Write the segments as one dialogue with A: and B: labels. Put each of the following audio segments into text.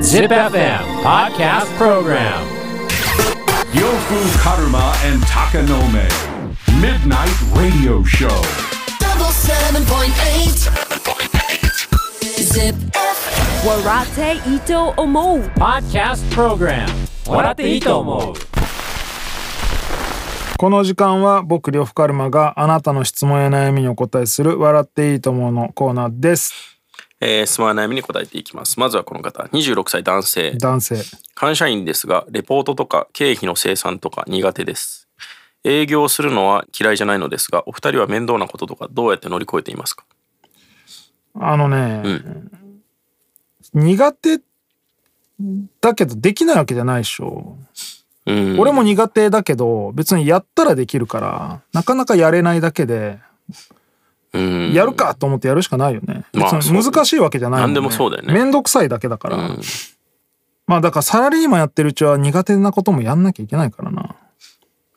A: Zip FM Podcast Program
B: Yofu Karuma and Takanome. Midnight Radio Show.
C: double seven point eight. Zip.
D: Warate Ito Omo
A: Podcast Program 笑っていいと思う
E: この時間は僕呂布カルマがあなたの質問や悩みにお答えする笑っていいと思うのコーナーです
F: えー、質問や悩みに答えていきます。まずはこの方、26歳男性。
E: 男性
F: 会社員ですが、レポートとか経費の生産とか苦手です。営業するのは嫌いじゃないのですが、お二人は面倒なこととかどうやって乗り越えていますか
E: あのね、苦手だけどできないわけじゃないでしょ、
F: うん。
E: 俺も苦手だけど別にやったらできるからなかなかやれないだけで
F: うん。
E: やるかと思ってやるしかないよね、
F: まあ
E: 別に難しいわけじゃないん、
F: 何でもそうだよね
E: 面倒くさいだけだから、まあだからサラリーマンやってるうちは苦手なこともやんなきゃいけないからな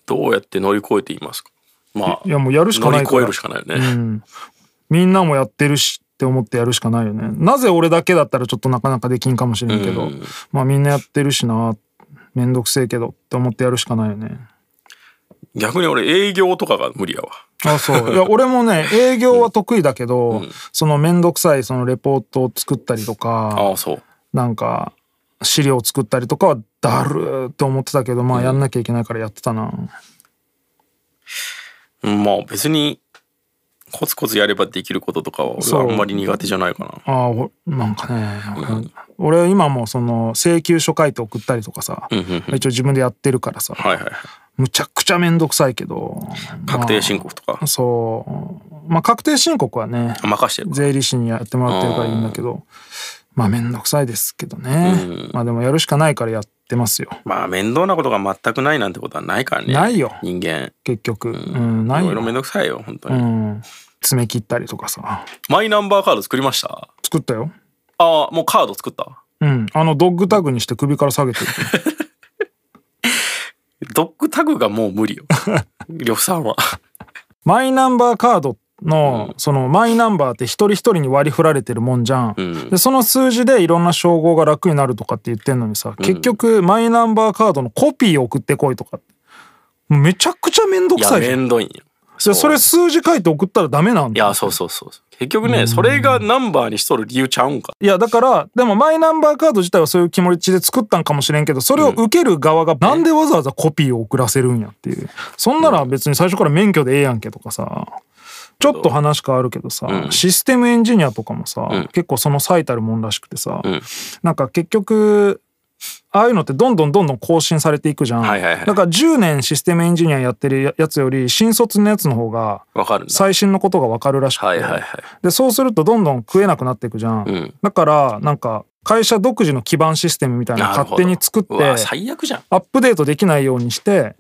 F: どうやって乗り越えていますかまあ、
E: いやもうやるしか
F: 乗
E: な
F: り
E: い
F: 越
E: か
F: え
E: ら
F: るしかないよね。
E: みんなもやってるしって思ってやるしかないよね。なぜ俺だけだったらちょっとなかなかできんかもしれんけど、まあみんなやってるしな、めんどくせえけどって思ってやるしかないよね。
F: 逆に俺、営業とかが無理やわ。
E: あ、 そう。いや、俺もね、営業は得意だけど、そのめんどくさいそのレポートを作ったりと
F: あ
E: か、
F: あ、そう。
E: なんか資料を作ったりとかはだるーって思ってたけど、まあやんなきゃいけないからやってたな。
F: うんまあ別に、コツコツやればできることとかは、俺はあんまり苦手じゃないかな。
E: ああ、おなんかね、俺は今もその請求書書いて送ったりとかさ、一応自分でやってるからさ、
F: はいはいはい。
E: むちゃくちゃめんどくさいけど
F: 確定申告とか
E: まあ、そうまあ確定申告はね
F: 任してるか
E: 税理士にやってもらってるからいいんだけどまあめんどくさいですけどね、まあでもやるしかないからやってますよ
F: まあ面倒なことが全くないなんてことはないからね。
E: ないよ
F: 人間。
E: 結局うんないい
F: ろい
E: よ
F: ろめんどくさいよ、本当に。
E: うん爪切ったりとかさ
F: マイナンバーカード作りました
E: 作ったよ
F: ああ、もうカード作った
E: うんあのドッグタグにして首から下げてる
F: ドッグタグがもう 無理よ。呂布さんは。
E: マイナンバーカードのそのマイナンバーって一人一人に割り振られてるもんじゃん、でその数字でいろんな称号が楽になるとかって言ってんのにさ結局マイナンバーカードのコピー送ってこいとかもうめちゃくちゃめんど
F: い
E: く
F: や、
E: さいじ
F: め
E: ゃん
F: んどいんよ。
E: でそれ数字書いて送ったらダメなん
F: い
E: だ
F: や、そうそうそうそう。結局ね、それがナンバーにしとる理由ちゃうんか。
E: いやだからでもマイナンバーカード自体はそういう気持ちで作ったんかもしれんけどそれを受ける側がなんでわざわざコピーを送らせるんやっていうそんなら別に最初から免許でええやんけとかさちょっと話変わるけどさ、システムエンジニアとかもさ、結構その最たるもんらしくてさ、なんか結局ああいうのってどんどんどんどん更新されていくじゃん、
F: はいはいはい
E: だから10年システムエンジニアやってるやつより新卒のやつの方が
F: わかるんだ。
E: 最新のことが分かるらしくて、
F: はいはいはい
E: でそうするとどんどん食えなくなっていくじゃん、
F: ん
E: だからなんか会社独自の基盤システムみたいなの
F: なるほ
E: 勝
F: ど
E: 手に作って
F: うわ最悪じゃん。
E: アップデートできないようにして、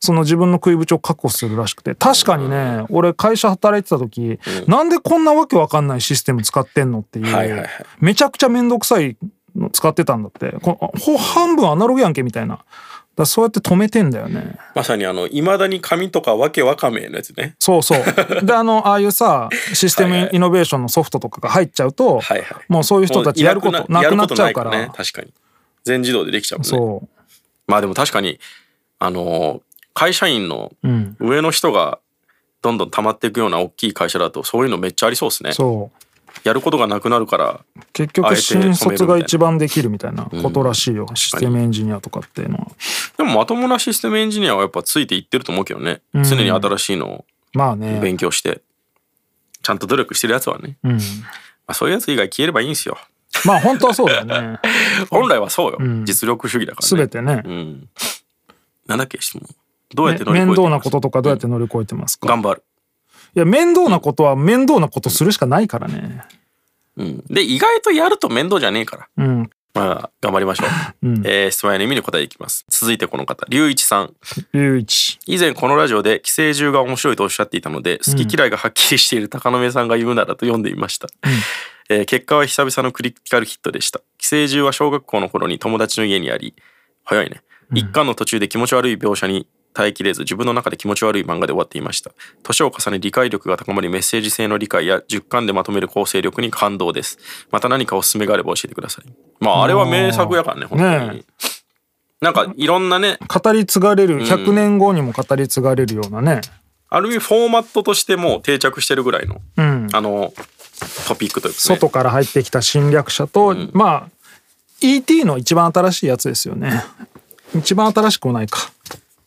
E: その自分の食いぶちを確保するらしくて確かにね俺会社働いてた時、なんでこんなわけわかんないシステム使ってんのっていう、
F: はいはいはい
E: めちゃくちゃ面倒くさいの使ってたんだってこほ半分アナログやんけみたいなだからそうやって止めてんだよね
F: まさにあの、いまだに紙とかわけわかめのやつね。
E: そう そう。で、あの、ああいうさ、システムイノベーションのソフトとかが入っちゃうと、
F: はいはい。
E: もうそういう人たちやることなくなっちゃうから。
F: やることないね確かに。全自動でできちゃうもんね。
E: そ
F: まあでも確かに、あのー会社員の
E: う。うん。
F: 上の人がどんどん溜まっていくような大きい会社だとそういうのめっちゃありそうですね。
E: そう。
F: やることがなくなるから、
E: 結
F: あ
E: 局、
F: えて止めるみたい
E: 新
F: な
E: 卒が一番できるみたいなことらしいよ。システムエンジニアとかっていうのは。
F: でもまともなシステムエンジニアはやっぱついていってると思うけどね。常に新しいの
E: まあ
F: を
E: ね。
F: 勉強して、ちゃんと努力してるやつはね。
E: うん。
F: まあ、そういうやつ以外消えればいいんですよ。
E: まあ本当はそうだよ ね。
F: 本来はそうよ。実力主義だから、ね。
E: すべてね
F: う。ん。なんだっけ質問。どうやっ
E: ね
F: て乗り越えて
E: 面
F: ます
E: 倒なこととかどうやって乗り越えてますか
F: 頑張る。
E: いや、面倒なことは面倒なことするしかないからね。
F: うん。で、意外とやると面倒じゃねえから。
E: うん。
F: まあ、頑張りましょう。えー質問や意味に答えいきます。続いてこの方、龍一さん。
E: 龍一。
F: 以前このラジオで寄生獣が面白いとおっしゃっていたので好き嫌いがはっきりしている高野目さんが言うならと読んでいました、えー結果は久々のクリティカルヒットでした寄生獣は小学校の頃に友達の家にあり早いね一巻の途中で気持ち悪い描写に耐えきれず自分の中で気持ち悪い漫画で終わっていました年を重ね理解力が高まりメッセージ性の理解や10巻でまとめる構成力に感動ですまた何かおすすめがあれば教えてくださいまああれは名作やからね本当に、
E: ね
F: なんかいろんなね
E: 語り継がれる100年後にも語り継がれるようなね
F: ある意味フォーマットとしても定着してるぐらいの、
E: うん
F: あのトピックというか、ね、
E: 外から入ってきた侵略者と、まあ E.T. の一番新しいやつですよね一番新しくもないか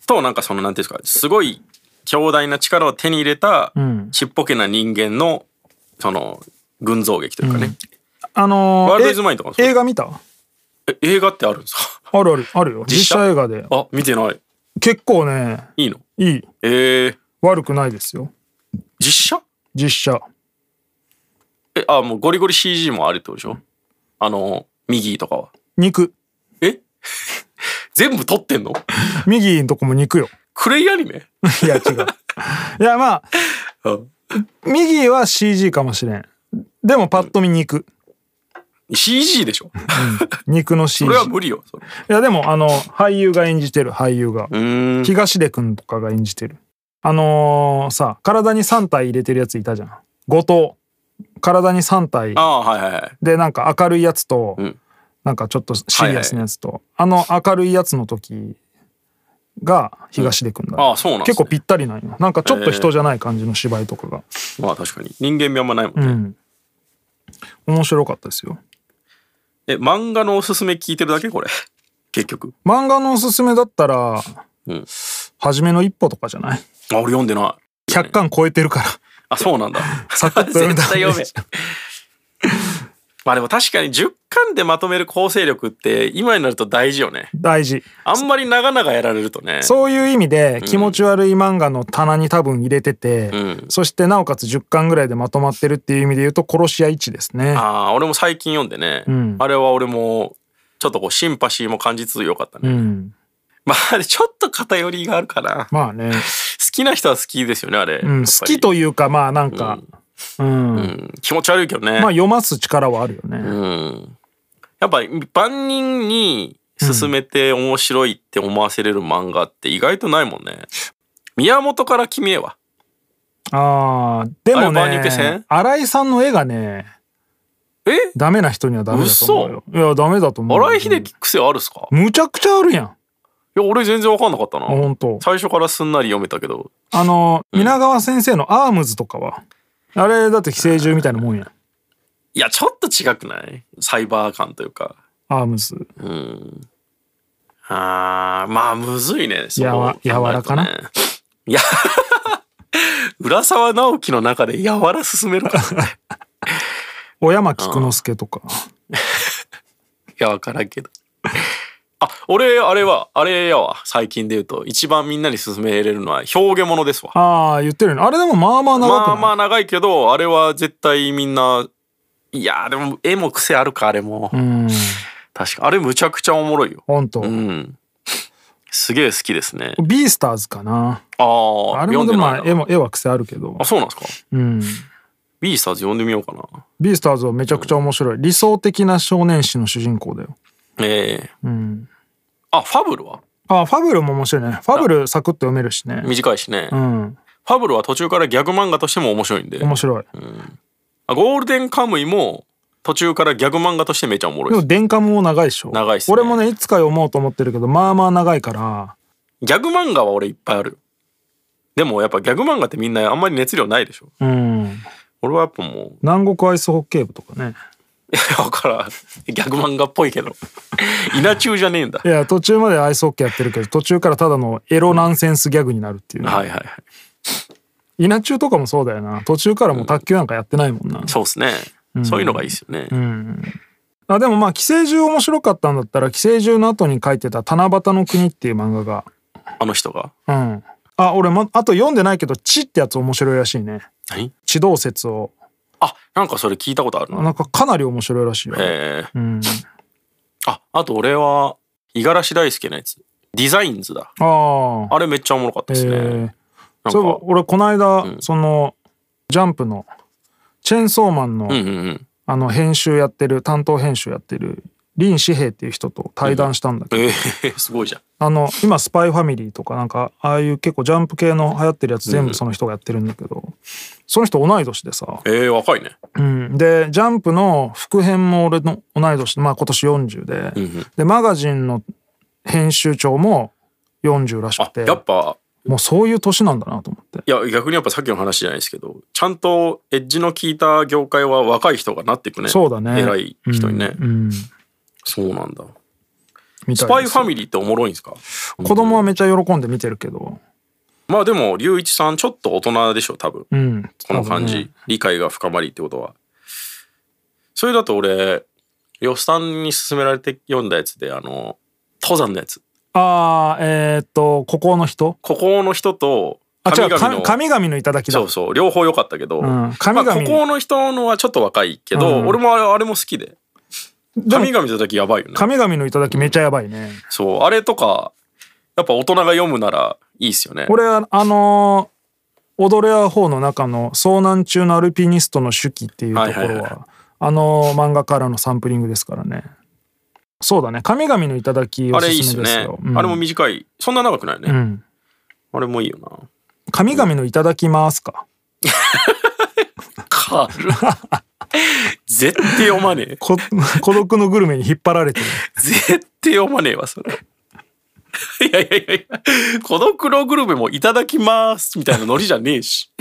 F: となんかそのなんていうんですかすごい強大な力を手に入れたちっぽけな人間のその群像劇というかね、
E: あのー
F: ワールドイズマインとかもそう
E: え映画見た
F: え映画ってあるんですか
E: あるあるあるよ
F: 実
E: 実
F: 写
E: 写映画で
F: あ見てない
E: 結構ね
F: いいの
E: いい
F: えー、
E: 悪くないですよ
F: 実写
E: 実写
F: えあもうゴリゴリ CG もあるってことでしょあの右とかは
E: 肉
F: え全部撮ってんの
E: 右のとこも肉よ
F: クレイアニメ
E: いや違ういやまあ
F: うん
E: 右は CG かもしれんでもパッと見肉
F: CG でしょ
E: 肉の CG
F: それは無理よそれ
E: いやでもあの俳優が演じてる俳優が
F: うー ん
E: 東出くんとかが演じてるあのーさ体に3体入れてるやついたじゃん後藤体に3体
F: ああはいはいはい
E: でなんか明るいやつと、
F: うん
E: なんかちょっとシリアスなやつと、あの明るいやつの時が東出くんだ、
F: ああそうなんですね
E: 結構ぴったりなんよなんかちょっと人じゃない感じの芝居とかが、
F: まあ確かに人間味あんまないもんね、
E: うん面白かったですよ
F: え漫画のおすすめ聞いてるだけこれ結局
E: 漫画のおすすめだったら
F: うん
E: 「初めの一歩」とかじゃない
F: あ俺読んでない
E: 100巻超えてる から
F: あそ うなんだ
E: サクッと読んだ
F: 絶対
E: 方が
F: 読
E: い
F: め
E: い
F: まあでも確かに10巻でまとめる構成力って今になると大事よね
E: 大事
F: あんまり長々やられるとね
E: そういう意味で気持ち悪い漫画の棚に多分入れてて、
F: ん
E: そしてなおかつ10巻ぐらいでまとまってるっていう意味で言うと殺し屋1ですね
F: ああ俺も最近読んでね、
E: ん
F: あれは俺もちょっとこうシンパシーも感じつつよかったね、
E: うん
F: まああれちょっと偏りがあるかな好
E: まあね、
F: きな人は好きですよねあれ、
E: うん、
F: やっぱ
E: 好
F: り
E: きというかまあなんかうん、
F: うん気持ち悪いけどね
E: まあ読ます力はあるよね、
F: うんやっぱ万人に勧めて面白いって思わせれる漫画って意外とないもんね。宮本から君へは。
E: ああでも
F: あれ万人受けせ
E: ね
F: ん
E: 新井さんの絵がね
F: え
E: ダメな人にはダメだと思うよいやダメだと思う
F: 荒井秀樹癖あるっすか
E: むちゃくちゃあるやんあ
F: いや、俺全然わかんなかったな。
E: 本当
F: 最初からすんなり読めたけど。
E: あの皆川先生の「アームズ」とかはあれだって寄生獣みたいなもんやん
F: いや、ちょっと違くないサイバー感というか。
E: アームズ
F: うん。あー、まあ、むずいね。そう
E: やわ
F: 考えるとね
E: 柔らかない
F: や、浦沢直樹の中で柔ら進めるからね。
E: 小山菊之助とか
F: いや、わからんけど。あ、俺、あれは、あれやわ。最近で言うと、一番みんなに勧めれるのは、表現物ですわ。
E: ああ言ってるよねあれでもまあまあ長くな
F: まあ
E: い、
F: まあ長いけど、あれは絶対みんな、いやーでも絵も癖あるか、あれも。
E: うん
F: 確か。あれむちゃくちゃおもろいよ。
E: 本当、
F: うん。すげえ好きですね。
E: ビースターズかな
F: ああ、
E: あれ
F: 読
E: も
F: ん
E: で
F: で
E: も
F: な
E: まあ
F: い
E: 絵
F: な。
E: も絵は癖あるけど
F: あ、そうなんですか。
E: うん
F: ビースターズ読んでみようかな。
E: ビースターズはめちゃくちゃ面白い理想的な少年誌の主人公だよ
F: ええ
E: うん
F: あ、ファブルは
E: あファブルも面白いねファブルサクッと読めるしね
F: 短いしね、
E: う
F: フ
E: ん
F: ァブルは途中からギャグ漫画としても面白いんで。
E: 面白い
F: あゴールデンカムイも途中からギャグ漫画としてめちゃおも
E: で
F: ろいで
E: も
F: す
E: 電カムも長いでしょ
F: 長いっすね
E: 俺もねいつか読もうと思ってるけどまあまあ長いから
F: ギャグ漫画は俺いっぱいあるよでもやっぱギャグ漫画ってみんなあんまり熱量ないでしょ
E: うん
F: 俺はやっぱも
E: 南国アイスホッケー部とかね
F: ういや わからんギャグ漫画っぽいけど 稲中じゃねえんだ
E: いや途中までアイスホッケーやってるけど途中からただのエロナンセンスギャグになるっていうね、
F: はいはいはい
E: 稲中とかもそうだよな途中からもう卓球なんかやってないもんな、
F: そうっすね、そういうのがいいっすよね、
E: あでもまあ寄生獣面白かったんだったら寄生獣の後に書いてた「七夕の国」っていう漫画が
F: あの人が
E: うんあ俺まあと読んでないけど「地」ってやつ面白いらしいね
F: 何
E: 地動説を
F: あなんかそれ聞いたことあるな、
E: なんかかなり面白いらしいよ、
F: えー
E: うん、
F: ああと俺は五十嵐大輔のやつディザインズだ
E: ああ
F: あれめっちゃおもろかったですね、
E: えー、
F: なん
E: そういえば
F: か
E: 俺この間、そのジャンプのチェーンソーマンの、
F: うんうんうん
E: あの編集やってる担当編集やってる林志平っていう人と対談したんだけど、
F: えー、すごいじゃん。
E: あの今「スパイファミリー」とかなんかああいう結構ジャンプ系の流行ってるやつ全部その人がやってるんだけど、その人同い年でさ、
F: えー、若いね。
E: うん、でジャンプの副編も俺の同い年で、まあ、今年40で、でマガジンの編集長も40らし
F: あ
E: く、て
F: やっぱ、
E: もうそういう年なんだなと思って
F: いや、逆にやっぱさっきの話じゃないですけど、ちゃんとエッジの効いた業界は若い人がなっていくね。
E: そうだね
F: 偉い人にね。
E: うん
F: そうなんだ。
E: みた
F: ス
E: い
F: パイ
E: です
F: ファミリーっておもろいんですか
E: 子供はめっちゃ喜んで見てるけど
F: まあでも、龍一さんちょっと大人でしょ、多分。
E: うん
F: この感じ、
E: 多分ね
F: 理解が深まりってことはそれだと俺よさんに勧められて読んだやつであの登山のやつ
E: ああえーっとここの人
F: ここの人と
E: あ違う
F: 神々
E: 神
F: の
E: 神々の頂きだ
F: そうそう両方良かったけど、
E: ん
F: まあ
E: 神々
F: ここの人のはちょっと若いけど、
E: うん
F: 俺もあれあれも好きで
E: でも
F: 神々の時やばいよね
E: 神々の頂きめちゃやばいね
F: そうあれとかやっぱ大人が読むならいいっすよ ね
E: 俺はあのー踊れアホーの中の遭難中のアルピニストの手記っていうところは,、
F: はいはいはい
E: あのー漫画からのサンプリングですからねそうだね神々の頂き
F: あ
E: おす
F: れいいっ
E: す
F: す
E: め
F: よ
E: です
F: ね
E: よ、
F: あれも短いそんな長くないね、
E: うん
F: あれもいいよな
E: 神々の頂きますか
F: か 絶対読まねえ
E: こ 孤独のグルメに引っ張られて る
F: 絶対読まねえわ、それ。いやいやいやいや、孤独のグルメもいただきますみたいなノリじゃねえし。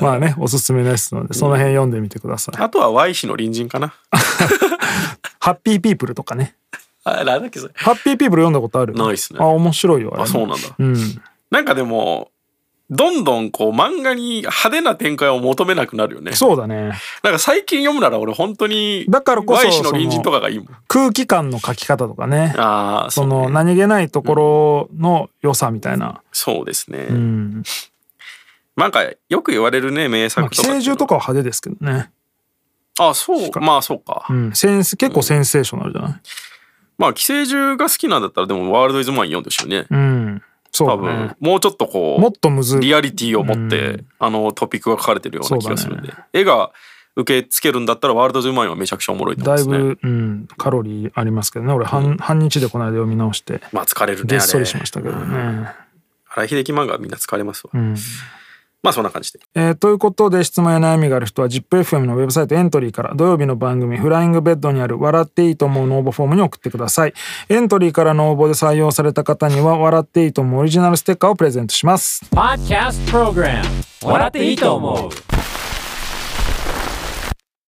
E: まあねおすすめですのでその辺読んでみてください、
F: あとは Y 氏の隣人かな。
E: ハッピーピープルとかね
F: あ、なんだっけそれ。
E: ハッピーピープル読んだことある
F: ないっすね
E: あ面白いよあれ
F: あ、そうなんだ。
E: うん
F: なんかでも、どんどんこう漫画に派手な展開を求めなくなるよね。
E: そうだね
F: なんか最近読むなら俺本当に、
E: だからこそ
F: Y 氏の隣人とかがいいもん。
E: 空気感の書き方とかね
F: ああ、そ
E: そう
F: ね
E: の何気ないところの良さみたいな、
F: そうですね、
E: うん
F: なんかよく言われるね、名
E: まあ、寄
F: 作とかっていうの
E: 生
F: は。
E: 獣とかは派手ですけどね、
F: あ、そう。まあそうか。
E: うん、センス結構センセーショナルじゃない、
F: まあ寄生獣が好きなんだったらでもワールドイズマイン読んでほしいよね。
E: うん、そう
F: 多
E: だね
F: 分もうちょっとこう
E: もっとむずい
F: リアリティを持って、あのトピックが書かれてるような気がするんで、
E: そう
F: 絵が受け付けるんだったらワールド・ズ・マインはめちゃくちゃおもろいと思
E: だい
F: うん
E: ぶ、
F: ですね
E: うん、カロリーありますけどね俺半,、半日でこの間読み直して
F: まあ疲れるね
E: げっ
F: あ
E: そ
F: れ
E: りしましたけどね、
F: 原秀樹漫画はみんな疲れますわ、
E: うん
F: まあそんな感じで
E: えーということで質問や悩みがある人は ZIPFM のウェブサイトエントリーから土曜日の番組「フライングベッド」にある「笑っていいと思う」の応募フォームに送ってくださいエントリーからの応募で採用された方には「笑っていいと思う」オリジナルステッカーをプレゼントします
A: Podcast Program 笑っていいと思う